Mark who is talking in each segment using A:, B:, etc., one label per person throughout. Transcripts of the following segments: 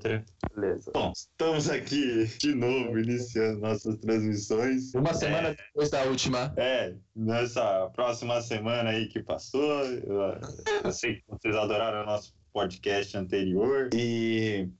A: Certo.
B: Beleza.
A: Bom, estamos aqui de novo iniciando nossas transmissões.
C: Uma
B: É.
C: semana depois da última.
A: É, nessa próxima semana aí que passou, eu, eu sei que vocês adoraram o nosso podcast anterior. E o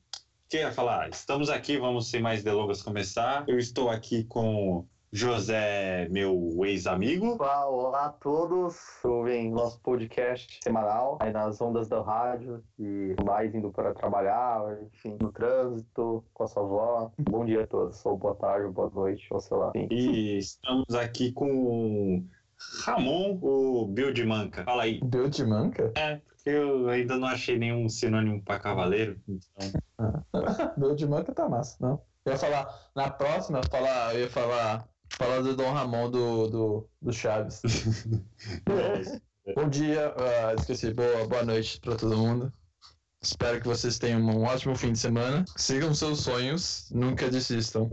A: que eu ia falar? Estamos aqui, vamos sem mais delongas começar. Eu estou aqui com José, meu ex-amigo.
B: Olá, olá a todos. Ouvem nosso podcast semanal aí nas ondas do rádio e mais indo para trabalhar, enfim, no trânsito, com a sua avó. Bom dia a todos, ou boa tarde, ou boa noite, ou sei lá. Enfim.
A: E estamos aqui com Ramon, o Buildmanca. Fala aí.
C: Deu de manca?
A: Eu ainda não achei nenhum sinônimo para cavaleiro. então,
C: Deu de manca tá massa, não. Eu ia falar, na próxima, eu ia falar, eu ia falar, falar do Dom Ramon do, do, do Chaves.
A: é
C: Bom dia, ah, esqueci, boa, boa noite pra todo mundo. Espero que vocês tenham um ótimo fim de semana. Sigam seus sonhos, nunca desistam.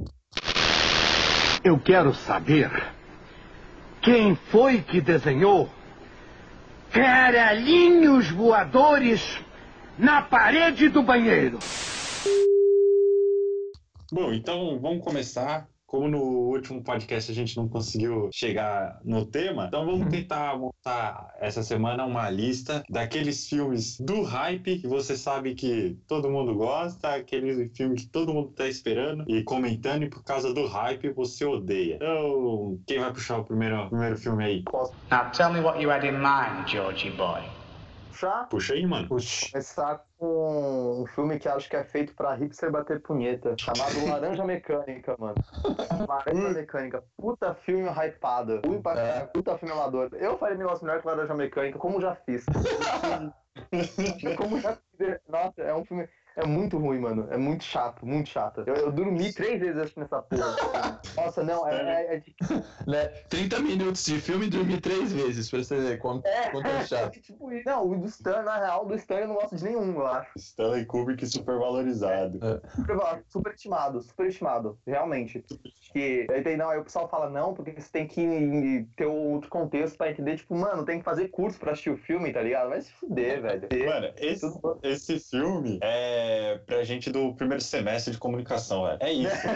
D: Eu quero saber quem foi que desenhou caralhinhos voadores na parede do banheiro.
A: Bom, então vamos começar. Como no último podcast a gente não conseguiu chegar no tema, então vamos tentar montar essa semana uma lista daqueles filmes do hype que você sabe que todo mundo gosta, aquele filme que todo mundo tá esperando e comentando e por causa do hype você odeia. Então, quem vai puxar o primeiro, primeiro filme aí?
B: Posso
E: Now tell me what you had in mind, Georgie boy.
B: puxar?
A: Puxa aí, mano.
C: Puxa.
B: Começar com um filme que acho que é feito pra hipster bater punheta, chamado Laranja Mecânica, mano. Laranja
C: Hum.
B: Mecânica, puta filme hypado. Ruim
C: É.
B: pra caralho, puta filme amador. Eu faria negócio melhor que Laranja Mecânica, como já fiz. como já fiz. Nossa, é um filme. É muito ruim, mano. É muito chato, muito chato. Eu, eu dormi três vezes acho, nessa porra. Nossa, não, é, é, é de
C: Né? 30 minutos de filme e dormi três vezes, pra você ver quanto, quanto é chato.
B: tipo isso. Não, o do Stan, na real, o do Stan eu não gosto de nenhum, eu acho.
A: Stanley Kubrick supervalorizado.
B: Super, superestimado, superestimado, realmente. Que, aí tem- não, aí o pessoal fala, não, porque você tem que ter outro contexto pra entender, tipo, mano, tem que fazer curso pra assistir o filme, tá ligado? Vai se fuder, velho.
A: Mano, esse, esse filme é pra gente do primeiro semestre de comunicação, velho. É isso.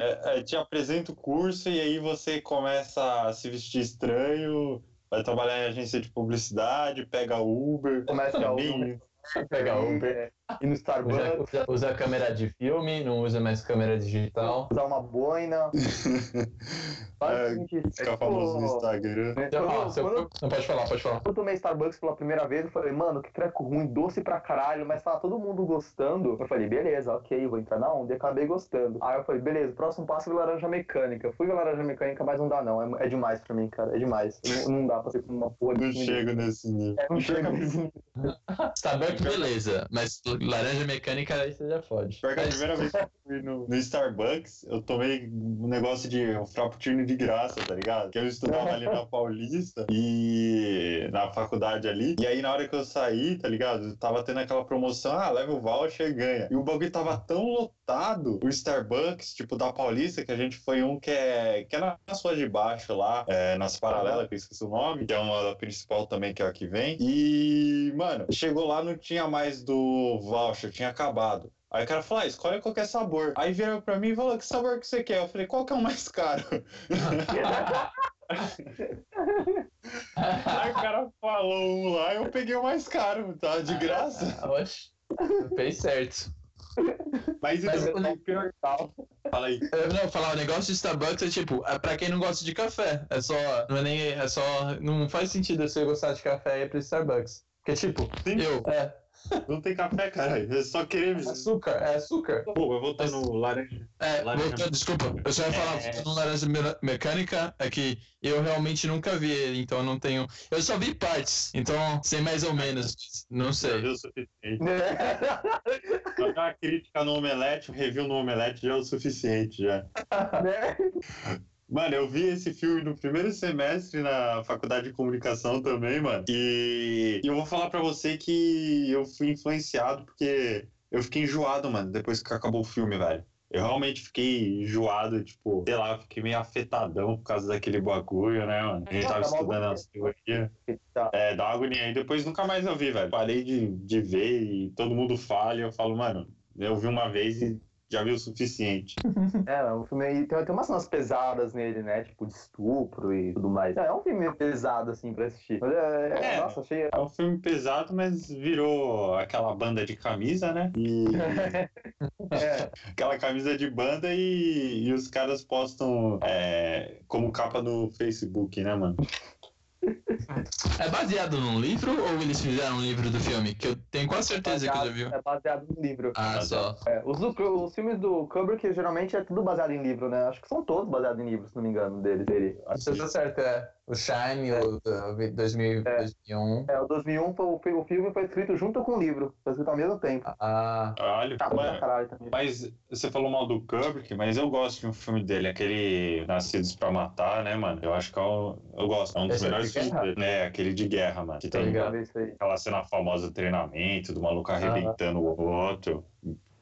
A: É- é, te apresenta o curso e aí você começa a se vestir estranho, vai trabalhar em agência de publicidade, pega Uber.
B: Começa é a
A: Bem,
C: Pegar um o
B: e no
C: Usa,
B: Starbucks,
C: usa- usa câmera de filme, não usa mais câmera digital.
B: usar uma boina. Basicamente, isso.
A: fica famoso no
B: Tipo,
A: Instagram.
B: né,
C: Já- ah,
B: quando-
C: você-
B: quando-
C: Não, pode falar, pode falar.
B: Quando eu tomei Starbucks pela primeira vez, eu falei, mano, que treco ruim, doce pra caralho, mas tava todo mundo gostando. Eu falei, beleza, ok, vou entrar na onda e acabei gostando. Aí eu falei, beleza, próximo passo é ver laranja mecânica. Fui ver laranja mecânica, mas não dá não, é, é demais pra mim, cara, é demais. Não, não dá pra ser como uma porra de
A: Não
B: filme.
A: chego nesse nível.
B: É, não chega.
C: Starbucks, Tá beleza, mas laranja mecânica aí você já fode.
A: Pior que a
C: Mas-
A: primeira vez que eu fui no, no Starbucks, eu tomei um negócio de um frappuccino de graça, tá ligado? Que eu estudava ali na Paulista e na faculdade ali. E aí na hora que eu saí, tá ligado? Tava tendo aquela promoção, ah, leva o voucher e ganha. E o bagulho tava tão lotado, o Starbucks, tipo, da Paulista, que a gente foi um que é, que é na- nas ruas de baixo lá, é, nas paralelas, que eu esqueci o nome, que é uma da principal também, que é a que vem. E, mano, chegou lá, não tinha mais do voucher, tinha acabado. Aí o cara falou, ah, escolhe qualquer sabor. Aí vieram pra mim e falou, que sabor que você quer? Eu falei, qual que é o mais caro? Aí o cara falou um lá, eu peguei o mais caro, tá? De graça.
C: Ah, oxe, fez certo.
A: Mas,
C: Mas
A: então,
C: o pior.
A: fala aí.
C: Eu não, falar, o negócio de Starbucks é tipo, é pra quem não gosta de café. É só. Não é nem. É só. Não faz sentido você gostar de café e ir pro Starbucks. Porque, tipo,
A: Sim.
C: eu. É
A: Não tem café, caralho. É só querer...
C: açúcar, é açúcar.
A: Pô, eu vou estar no laranja.
C: É,
A: Laranja.
C: voltando, desculpa. Eu só ia falar
A: É.
C: voltando no laranja Me- mecânica, é que eu realmente nunca vi ele, então eu não tenho. Eu só vi partes, então sei mais ou menos. Não
A: Já
C: sei.
A: viu o suficiente.
B: né?
A: Só dar uma crítica no Omelete, um review no Omelete já é o suficiente, já. Mano, eu vi esse filme no primeiro semestre na faculdade de comunicação também, mano. E eu vou falar pra você que eu fui influenciado porque eu fiquei enjoado, mano, depois que acabou o filme, velho. Eu realmente fiquei enjoado, tipo, sei lá, eu fiquei meio afetadão por causa daquele bagulho, né, mano? A gente
B: Não,
A: tava
B: dá uma
A: estudando
B: agonia.
A: as teorias.
B: Tá.
A: É, dá uma agonia. E depois nunca mais eu vi, velho. Parei de, de ver e todo mundo fala e eu falo, mano, Eu vi uma vez e já vi o suficiente.
B: É, o filme aí tem, tem umas cenas pesadas nele, né? Tipo, de estupro e tudo mais. É, é um filme pesado, assim, pra assistir. Mas é, é-
A: É.
B: Nossa, achei.
A: É um filme pesado, mas virou aquela banda de camisa, né? E
B: É,
A: aquela camisa de banda e, e os caras postam é, como capa no Facebook, né, mano?
C: É baseado num livro ou eles fizeram um livro do filme? Que eu tenho quase certeza que eu já vi. um.
B: é baseado no livro.
C: Ah, só.
B: É, os, do Cru- os filmes do Kubrick geralmente é tudo baseado em livro, né? Acho que são todos baseados em livro, se não me engano, dele. dele.
C: Você tá certo, é. O Shine, o uh, 2000, 2001.
B: É, o 2001 foi, o fi- o filme foi escrito junto com o livro. Foi escrito ao mesmo tempo.
C: Ah,
A: Olha,
B: Tá bom pra
A: mano,
B: caralho também.
A: Mas você falou mal do Kubrick, mas eu gosto de um filme dele, aquele Nascidos pra Matar, né, mano? Eu acho que é o, eu gosto, é um dos
C: Esse é
A: melhores
C: de guerra?
A: filmes dele, né? Aquele de guerra, mano. Que
C: Tá
A: tem
C: ligado.
B: Pra ver isso aí.
A: aquela cena famosa do treinamento, do maluco arrebentando o outro,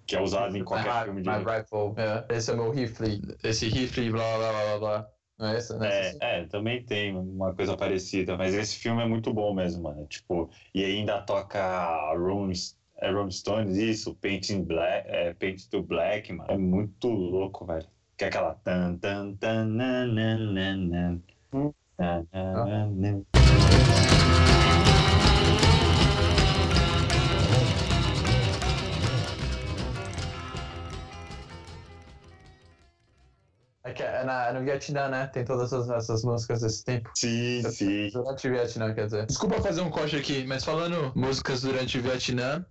A: que é usado em qualquer
C: my,
A: filme de.
C: my rifle. É. Esse é meu rifle. Esse rifle, blá blá blá blá blá. Não é essa? Não é essa?
A: É, é, também tem uma coisa parecida, mas esse filme é muito bom mesmo, mano. Tipo, e ainda toca Rooms. É Rolling Stones, isso, Painting Black, é, Paint to Black, mano. É muito louco, velho. Que é aquela. Tan, tan, tan, nan, nan, nan, nan.
B: Hum.
A: Tan, tan, nan, nan.
C: É que é, na, é no Vietnã, né? Tem todas essas, essas músicas desse tempo.
A: Sim, sim.
C: Durante o Vietnã, quer dizer. Desculpa fazer um corte aqui, mas falando músicas durante o Vietnã,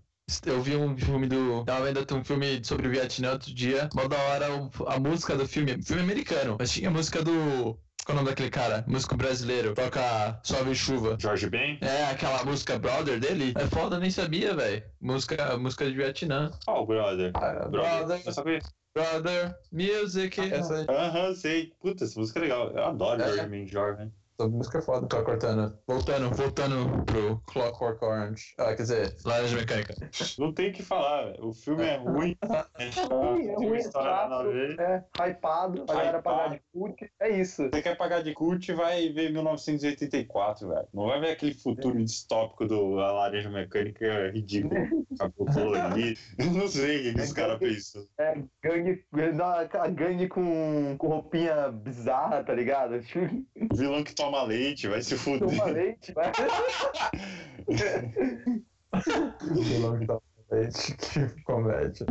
C: eu vi um filme do. Tava vendo um filme sobre o Vietnã outro dia. Mó da hora o- a música do filme. Filme americano. Mas tinha a música do. Qual é o nome daquele cara? Músico brasileiro. Toca Suave Chuva.
A: Jorge Ben?
C: É, aquela música Brother dele. É foda, nem sabia, velho. Música, música de Vietnã.
A: Qual, brother?
C: Ah,
A: Brother. Eu só conheço.
C: Brother, music. Essa aí.
A: Aham, sei. Puta, essa música é legal. Eu adoro
C: É.
A: Jorge Ben Jovem.
C: Essa música é foda. Tá cortando. Voltando, voltando pro Clockwork Orange. Ah, quer dizer, Laranja Mecânica.
A: Não tem o que falar, o filme é ruim.
B: É ruim, é
A: Tem uma
B: ruim, é
A: história nada a
B: chato,
A: ver.
B: é hypado, a galera
A: Hypado.
B: pagar de put, é isso.
A: Você quer pagar de cult, vai ver 1984, velho. Não vai ver aquele futuro distópico do A Laranja Mecânica ridículo. Cabelo colorido. Eu Não sei o que, que os caras pensam.
B: É gangue, na- a gangue com, com roupinha bizarra, tá ligado?
A: Vilão que toma leite, vai se fuder.
B: Toma leite, vai.
C: Comédia.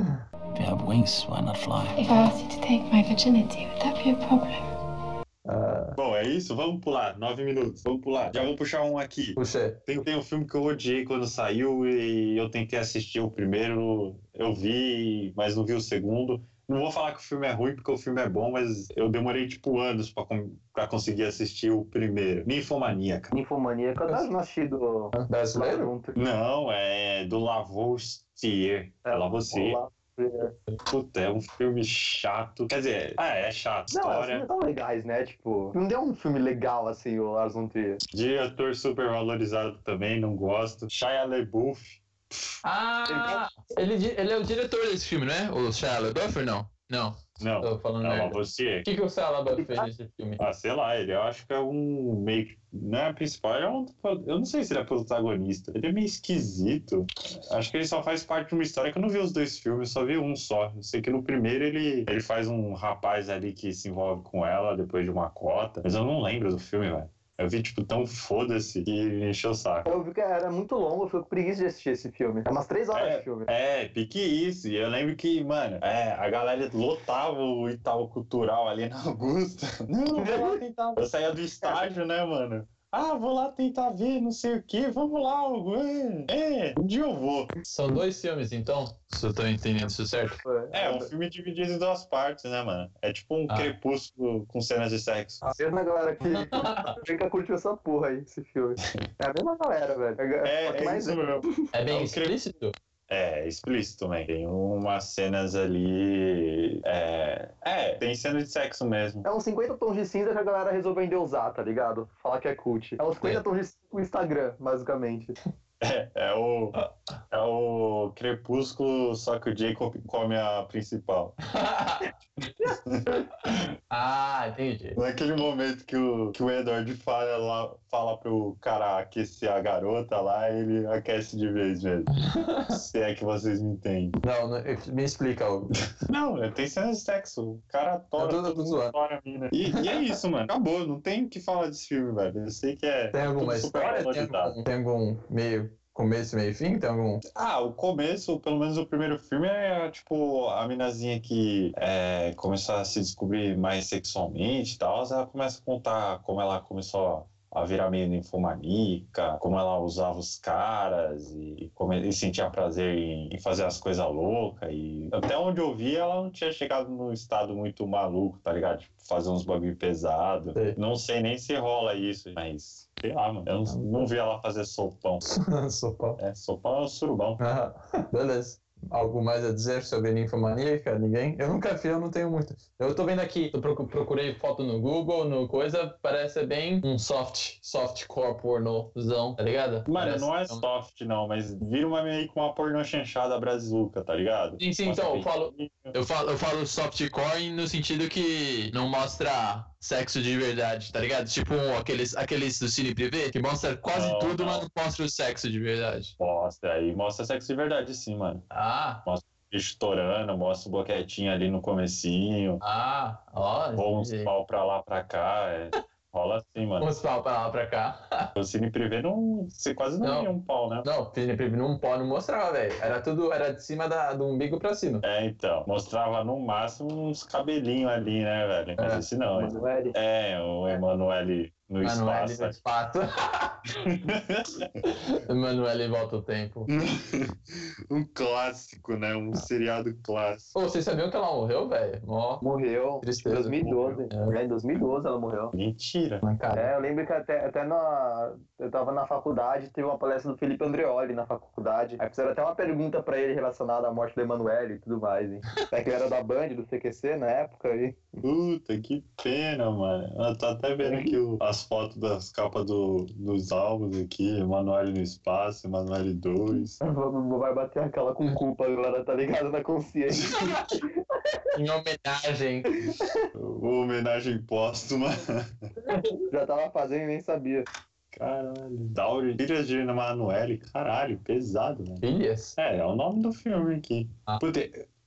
F: If I had wings, why not fly?
G: If I asked you to take my virginity, would that be a problem?
C: Ah,
A: Bom, é isso? Vamos pular. Nove minutos. Vamos pular. Já vou puxar um aqui.
C: puxei.
A: Tem, tem um filme que eu odiei quando saiu e eu tentei assistir o primeiro. Eu vi, mas não vi o segundo. Não vou falar que o filme é ruim, porque o filme é bom, mas eu demorei, tipo, anos pra, com- pra conseguir assistir o primeiro. Ninfomania, cara.
B: Ninfomaníaca, eu não assisti do...
C: Brasileiro?
B: junto.
A: Não, é do Lavoisier. É Lavoisier.
B: Olá.
A: Puta, é um filme chato. Quer dizer, ah, é chato.
B: Não, as
A: História.
B: filmes tão legais, né? Tipo, não deu um filme legal assim, o Lars von Trier.
A: Diretor super valorizado também, não gosto. Shia LaBeouf.
C: Ah, ele, di- ele é o diretor desse filme, não é? O Shia LaBeouf ou não? Não,
A: Não,
C: tô falando
A: é o
C: merda. O
A: Lavoisier.
C: que, que o Shia LaBeouf fez nesse filme?
A: Ah, sei lá, ele eu acho que é um meio que. Não é principal, ele é um. Eu não sei se ele é protagonista. Ele é meio esquisito. Acho que ele só faz parte de uma história que eu não vi os dois filmes, só vi um só. Eu sei que no primeiro ele, ele faz um rapaz ali que se envolve com ela depois de uma cota. Mas eu não lembro do filme, velho. Eu vi, tipo, tão foda-se que me encheu o saco.
B: Eu vi que era muito longo, eu fiquei com preguiça de assistir esse filme. É umas três horas de filme.
A: É, pique isso. E eu lembro que, mano, é, a galera lotava o Itaú Cultural ali na Augusta. Não, vou lá tentar. Eu saía do estágio, né, mano? Ah, vou lá tentar ver, não sei o quê. Vamos lá, Hugo. É, é, um dia eu vou.
C: São dois filmes, então? Se eu tô entendendo isso certo.
B: Tipo,
A: É, um filme dividido em duas partes, né, mano? É tipo um
C: Ah. crepúsculo
A: com cenas de sexo.
B: A mesma galera que fica curtindo essa porra aí, esse filme. É a mesma galera, velho.
A: É,
B: só que
A: é
B: mais
A: isso mesmo.
C: É
A: É
C: bem
A: o cre-
C: explícito?
A: É, explícito, né? Tem umas cenas ali. É, é tem cena de sexo mesmo.
B: É uns 50 tons de cinza que a galera resolveu endeusar, tá ligado? Falar que é cult. É uns 50
C: É.
B: tons de cinza com Instagram, basicamente.
A: É, é o, É o Crepúsculo, só que o Jacob come a principal.
H: ah, entendi.
A: Naquele momento que o, que o Edward fala, lá, fala pro cara aquecer a garota lá, ele aquece de vez mesmo. Se é que vocês me entendem.
C: Não, não, eu- me explica algo.
A: Não, é, tem cena de sexo. O cara tora,
C: tô- eu tô
A: todo mundo
C: zoando.
A: tora a mina. E, e é isso, mano. Acabou, não tem o que falar desse filme, velho. Eu sei que é.
C: Tem alguma
A: tudo super
C: história? Tem
A: valorizado.
C: algum, tem algum meio, começo, meio e fim? Tem algum.
A: Ah, o começo, pelo menos o primeiro filme, é tipo a minazinha que é, começou a se descobrir mais sexualmente e tal. Ela começa a contar como ela começou a virar meio ninfomaníaca, como ela usava os caras e, como- e sentia prazer em, em fazer as coisas loucas. E até onde eu vi, ela não tinha chegado num estado muito maluco, tá ligado? Tipo, fazer uns bagulho pesado.
C: Sei.
A: Não sei nem se rola isso, mas sei lá, mano. Eu não, não vi ela fazer sopão.
C: Sopa.
A: É, sopão é surubão.
C: Ah, beleza. Algo mais a dizer sobre ninfomaníaca? Ninguém? Eu nunca vi, eu não tenho muito. Eu tô vendo aqui, eu procu- procurei foto no Google, no coisa, parece ser bem um soft, softcore pornozão, tá ligado?
A: Mano,
C: Parece- um
A: não é soft, não, mas vira uma meio com uma pornô chanchada brazuca, tá ligado?
C: Sim, sim,
A: Mostra
C: então, eu falo-
A: peitinho.
C: Eu falo, eu falo softcore no sentido que não mostra sexo de verdade, tá ligado? Tipo um- aqueles, aqueles do Cine Privé, que mostra quase
A: Não,
C: tudo,
A: não.
C: mas não mostra o sexo de verdade.
A: Mostra aí, mostra sexo de verdade, sim, mano.
C: Ah,
A: Estourando, mostra o boquetinho ali no comecinho,
C: ah, ó.
A: ou uns
C: entendi.
A: pau pra lá, pra cá, é. rola assim, mano.
C: Uns pau pra lá, pra cá.
A: O Cine Privé não, você quase não,
C: Não.
A: via um pau, né?
C: Não, Cine Privé não pode mostrar, velho. Era tudo, era de cima da, do umbigo pra cima.
A: É, então, mostrava no máximo uns cabelinhos ali, né, velho? Mas
C: É.
A: esse não, hein?
B: Manoel,
A: é, o Emanuele no
C: Manoel
A: espaço.
C: no espaço. é Manoel volta o tempo.
A: um clássico, né? Um seriado clássico.
C: Ô, vocês sabiam que ela morreu, velho? Mó
B: morreu em
C: tristeza.
B: 2012.
C: morreu.
B: É, em 2012 ela morreu.
A: Mentira.
C: Na cara.
B: É, eu lembro que até, até na, eu tava na faculdade, teve uma palestra do Felipe Andreoli na faculdade. Aí fizeram até uma pergunta pra ele relacionada à morte do Emanuele e tudo mais, hein? Até que ele era da Band, do CQC na época. E...
A: Puta, que pena, mano. Eu tô até vendo aqui o- as fotos das capas do- dos álbuns aqui, Manuel no Espaço, Manuel 2.
B: Vai bater aquela com culpa agora, tá ligado? Na consciência.
C: Em homenagem.
A: O homenagem póstuma.
B: Já tava fazendo e nem sabia.
A: Caralho. Dauri, filhas de Manuel, caralho, pesado, né?
C: Filhas.
A: É, é o nome do filme aqui.
C: Ah.
A: Puta,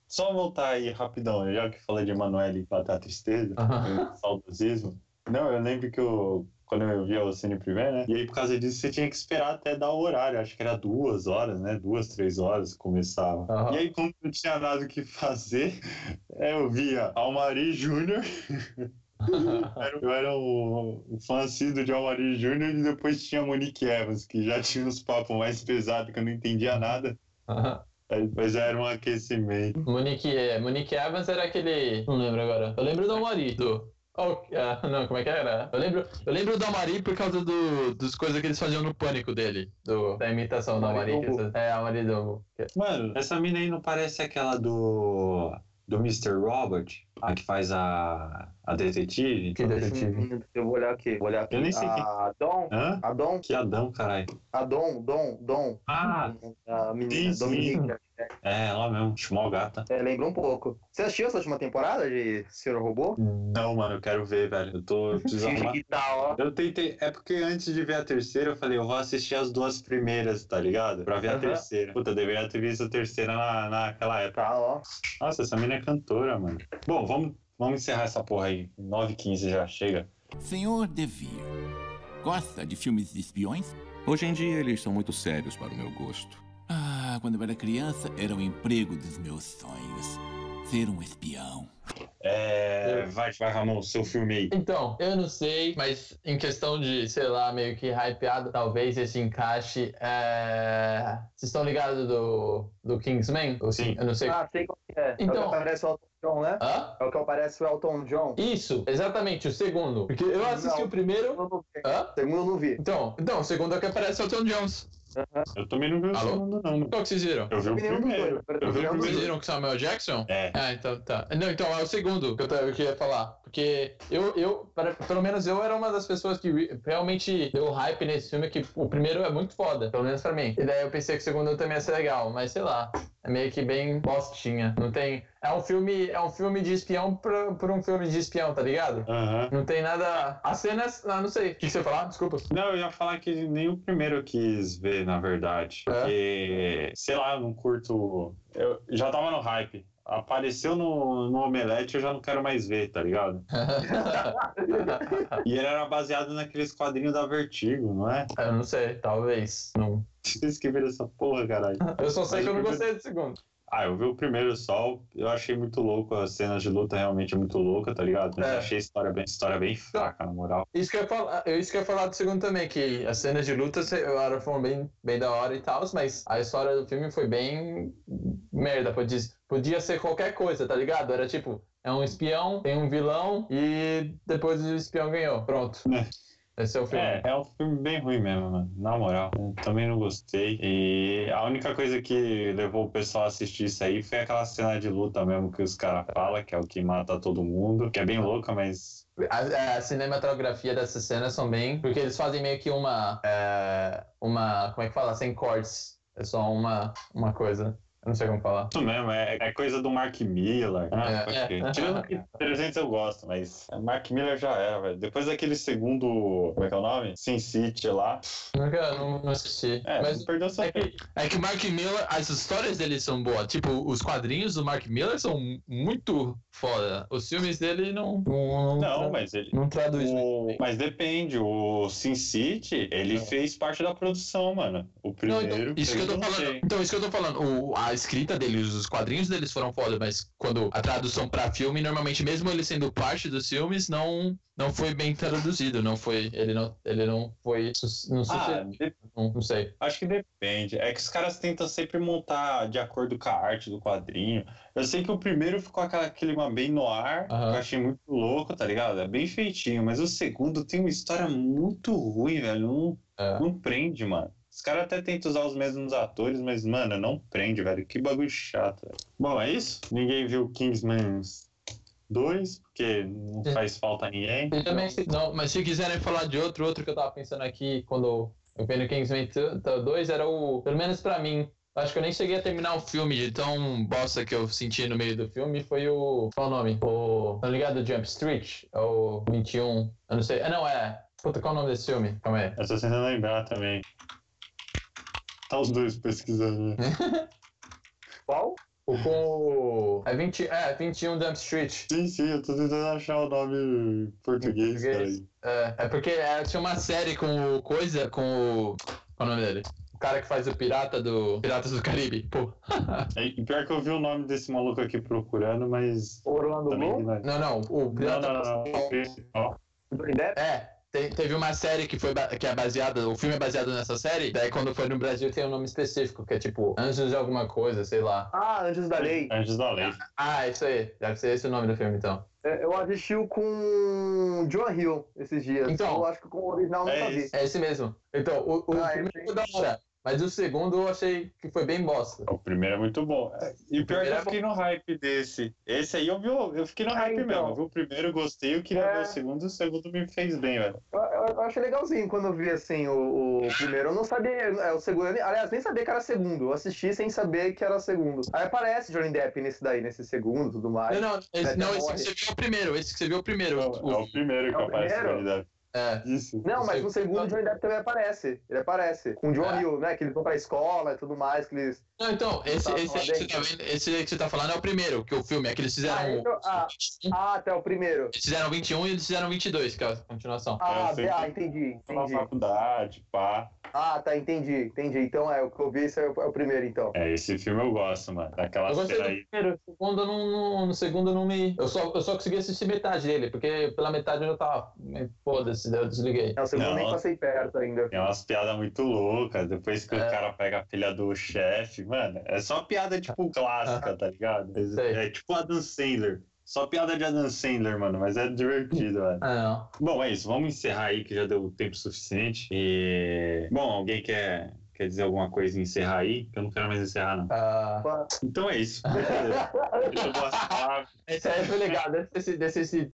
A: só voltar aí rapidão, já que falei de Emanuel e Batata Tristeza.
C: Aham.
A: saudosismo. Não, eu lembro que eu, quando eu via o Cine Privé, né? E aí, por causa disso, você tinha que esperar até dar o horário. Acho que era duas horas, né? Duas, três horas que começava.
C: Aham.
A: E aí, como não tinha nada o que fazer, é, eu via Almari Júnior. Era- Eu era um, um fã assíduo de Almari Júnior e depois tinha a Monique Evans, que já tinha uns papos mais pesados que eu não entendia nada.
C: Aham.
A: Aí, Mas era um aquecimento.
C: Monique, é, Monique Evans era aquele. Não lembro agora. Eu lembro do Amari. Do... Oh, ah, não, como é que era? Eu lembro, eu lembro do Amari por causa do, dos coisas que eles faziam no pânico dele. Do, da imitação do
B: Amari
C: Amari. que
B: Dumbo.
C: essas- É, Amari Dumbo.
A: Mano, essa mina aí não parece aquela do. do Mr. Robert, a que faz a. a detetive?
C: Que detetive.
B: "Hum, Eu vou olhar aqui. Vou olhar aqui.
A: Eu nem sei
B: a Dom,
A: Hã?
B: a Dom,
A: Que Adão, caralho.
B: a Dom, Dom, Dom.
A: Ah,
B: A
A: Sim,
B: menina,
A: sim.
B: Dominica.
A: é, ela mesmo, Chimó gata.
B: É, lembra um pouco. Você assistiu essa última temporada de Senhor Robô?
A: Não, mano, eu quero ver, velho. Eu tô
B: Finge
A: precisando.
B: que tá, ó.
A: né? Eu tentei. É porque antes de ver a terceira, eu falei, eu vou assistir as duas primeiras, tá ligado? Pra ver a
B: Aham.
A: terceira. Puta, eu deveria ter visto a terceira na, naquela época.
B: Tá, ó.
A: Nossa, essa mina é cantora, mano. Bom, vamos, vamos encerrar essa porra aí. 9h15 já chega.
F: Senhor Devir, gosta de filmes de espiões?
I: Hoje em dia eles são muito sérios para o meu gosto.
F: Ah, quando eu era criança, era o emprego dos meus sonhos. Ser um espião.
A: É. Vai, vai, Ramon, seu filme aí.
C: Então, eu não sei, mas em questão de, sei lá, meio que hypeado, talvez esse encaixe. É... Vocês estão ligados do, do Kingsman? Ou-
A: Sim.
C: Eu não sei.
B: Ah, sei qual que é. É o
C: Então.
B: que aparece o Elton John, né?
C: Hã?
B: É o que aparece o Elton John.
C: Isso, exatamente, o segundo. Porque eu assisti
B: Não.
C: o primeiro.
B: Segundo eu não vi.
C: Hã?
B: Segundo eu não vi.
C: Então, então, o segundo é que aparece é o Elton Jones.
A: Eu também não vi o
C: Alô?
A: segundo, não. mano.
C: Qual que vocês viram?
A: Eu vi o
B: vi nenhum dos
A: primeiro.
B: dois.
A: Eu vi o
C: Vocês
A: primeiro.
C: viram que o Samuel Jackson?
A: É.
C: Ah, então tá. Não, então é o segundo que eu, ta- eu queria falar. Porque eu, eu para- pelo menos eu era uma das pessoas que re- realmente deu hype nesse filme, que o primeiro é muito foda, pelo menos pra mim. E daí eu pensei que o segundo também ia ser legal, mas sei lá, é meio que bem bostinha. Não tem. É um filme, é um filme de espião pra- por um filme de espião, tá ligado?
A: Aham.
C: Não tem nada. As cenas. Ah, não sei. O que que você ia falar? Desculpa.
A: Não, eu ia falar que nem o primeiro eu quis ver, na verdade. Porque, sei lá, eu não curto. Eu já tava no hype. Apareceu no, no Omelete, eu já não quero mais ver, tá ligado? E ele era baseado naqueles quadrinhos da Vertigo, não é?
C: Ah, eu não sei, talvez. Não.
A: Vocês que viram essa porra, caralho.
C: Eu só sei
A: Mas
C: que eu não
A: o primeiro-
C: gostei do segundo.
A: Ah, eu vi o primeiro só, eu achei muito louco, a cena de luta realmente é muito louca, tá ligado? Mas
C: É.
A: eu achei a história bem, história bem fraca, na moral.
C: Isso que, eu ia falar, isso que eu ia falar do segundo também, que as cenas de luta se- eram foram bem, bem da hora e tal, mas a história do filme foi bem merda. Podia, podia ser qualquer coisa, tá ligado? Era tipo, é um espião, tem um vilão e depois o espião ganhou. Pronto. Esse é o filme.
A: É, é um filme bem ruim mesmo, mano. Na moral, eu também não gostei. E a única coisa que levou o pessoal a assistir isso aí foi aquela cena de luta mesmo que os caras falam, que é o que mata todo mundo, que é bem louca, mas.
C: A, a cinematografia dessas cenas são bem. Porque eles fazem meio que uma. é, uma. Como é que fala? Sem cortes. É só uma, uma coisa. Eu não sei como falar.
A: Isso mesmo, é, é coisa do Mark Miller. Né?
C: É,
A: Porque-
C: é.
A: Tirando que 300 eu gosto, mas Mark Miller já é, velho. Depois daquele segundo. Como é que é o nome? Sin City lá.
C: Nunca não, não assisti.
A: É,
C: Mas
A: perdeu sua
C: é que,
J: É que o Mark Miller, as histórias dele são boas. Tipo, os quadrinhos do Mark Miller são muito foda. Os filmes dele não. Não,
C: um
A: Não, mas ele.
J: não traduz.
C: né?
J: né?
A: o- Mas depende, o Sin City, ele fez parte da produção, mano. O
J: Não,
A: primeiro.
J: então, isso que eu tô
A: fez, não
J: falando.
A: sei.
J: Então, isso que eu tô falando. O- a escrita deles, os quadrinhos deles foram foda, mas quando a tradução pra filme, normalmente, mesmo ele sendo parte dos filmes, não, não foi bem traduzido. Não foi. Ele não, ele não foi. su- Não,
A: Ah,
J: sucedido,
A: de-
C: não, não sei.
A: acho que depende. É que os caras tentam sempre montar de acordo com a arte do quadrinho. Eu sei que o primeiro ficou aquela clima bem no ar, que
C: Aham.
A: eu achei muito louco, tá ligado? É bem feitinho, mas o segundo tem uma história muito ruim, velho. Não,
C: É.
A: não prende, mano. Os caras até tentam usar os mesmos atores, mas, mano, não prende, velho. Que bagulho chato, velho. Bom, é isso. Ninguém viu Kingsman 2, porque não faz falta a ninguém.
C: E É. também, se- não, mas se quiserem falar de outro, outro que eu tava pensando aqui quando eu vi no Kingsman 2 era o. Pelo menos pra mim. Acho que eu nem cheguei a terminar o filme de tão bosta que eu senti no meio do filme. Foi o. Qual o nome? O. Tá ligado? Jump Street? É o 21. Eu não sei. Ah, não, é. Puta, qual é o nome desse filme? Calma aí.
A: Eu tô tentando lembrar também. Tá os dois pesquisando, né?
B: Qual?
C: O com. o- É, 20, é 21 Jump Street.
A: Sim, sim, eu tô tentando achar o nome em português,
C: Em português.
A: peraí.
C: É, é porque é, tinha uma série com o Coisa, com o. Qual é o nome dele? O cara que faz o pirata do. Piratas do Caribe. Pô.
A: É, Pior que eu vi o nome desse maluco aqui procurando, mas.
B: Orlando
A: Também
B: Bloom?
A: não, é.
C: Não, não. O
A: não,
C: pirata.
A: não, não. Principal.
B: Johnny Depp?
C: É, te- teve uma série que foi ba- que é baseada, o filme é baseado nessa série, daí quando foi no Brasil tem um nome específico, que é tipo Anjos de alguma coisa, sei lá.
B: Ah, Anjos da Lei.
A: Anjos da Lei.
C: Ah, isso aí, deve ser esse o nome do filme então.
B: É, Eu assisti o com John Hill esses dias.
C: Então.
B: eu acho que com o original eu
A: É
B: nunca vi.
A: esse.
C: É esse mesmo. Então, o, o
B: Ah,
C: primeiro
B: eu
C: foi da hora, mas o segundo eu achei que foi bem bosta.
A: O primeiro é muito bom. É, E pior que
C: primeiro
A: eu
C: é Ah,
A: fiquei no hype desse. Esse aí eu vi, o- eu fiquei no
B: É,
A: hype
B: então.
A: mesmo. Eu vi o primeiro, eu gostei, eu queria
B: É.
A: ver o segundo, e o segundo me fez bem, velho.
B: Eu, eu- eu achei legalzinho quando eu vi assim o, o primeiro. Eu não sabia. É, o segundo, eu nem- aliás, nem sabia que era segundo. Eu assisti sem saber que era segundo. Aí aparece Johnny Depp nesse daí, nesse segundo e tudo mais.
C: Não, não, esse,
B: Mas
C: não,
B: é
C: esse
B: bom,
C: que você viu é o primeiro, esse que você viu é o primeiro.
A: É
C: O-
A: o primeiro que
B: É o
A: aparece
B: primeiro?
A: verdade.
C: é.
A: Isso.
B: Não, mas no segundo o
A: tá-
B: Johnny Depp também aparece. Ele aparece. Com o John
C: É.
B: Hill, né? Que eles vão pra escola e tudo mais. Que eles.
C: Não, então, esse,
B: Tá,
C: esse, aí que você tá vendo- esse aí que você tá falando é o primeiro, que o filme é que eles
B: Ah,
C: fizeram.
B: então- ah.
C: o-
B: Ah, até o primeiro.
C: Eles fizeram 21 e eles fizeram 22, que é a continuação.
B: Ah,
A: É, eu sei
B: ah,
A: que-
B: entendi,
A: Na
B: entendi.
A: faculdade, pá.
B: Ah, tá, entendi, entendi. Então é, o que eu vi, esse é o, é o primeiro, então.
A: É, esse filme eu gosto, mano. Daquela
C: Eu gostei
A: cena
C: do
A: aí.
C: primeiro, o segundo eu não, não- no segundo eu não me. Eu só, eu só consegui assistir metade dele, porque pela metade eu já tava. Foda-se, daí eu desliguei.
B: É, o segundo
A: Não.
B: nem passei perto ainda.
A: Tem umas piadas muito loucas. Depois que
C: É.
A: o cara pega a filha do chefe, mano, é só piada, tipo, clássica, tá ligado? Mas
C: Sei.
A: É tipo Adam Sandler. Só piada de Adam Sandler, mano, mas é divertido, velho.
C: Ah, não.
A: Bom, é isso. Vamos encerrar aí, que já deu tempo suficiente. E... Bom, alguém quer, quer dizer alguma coisa e encerrar aí? Eu não quero mais encerrar, não.
C: Ah,
A: Então é isso. Deixa eu boas palavras.
C: esse aí foi legal, desse, desse, desse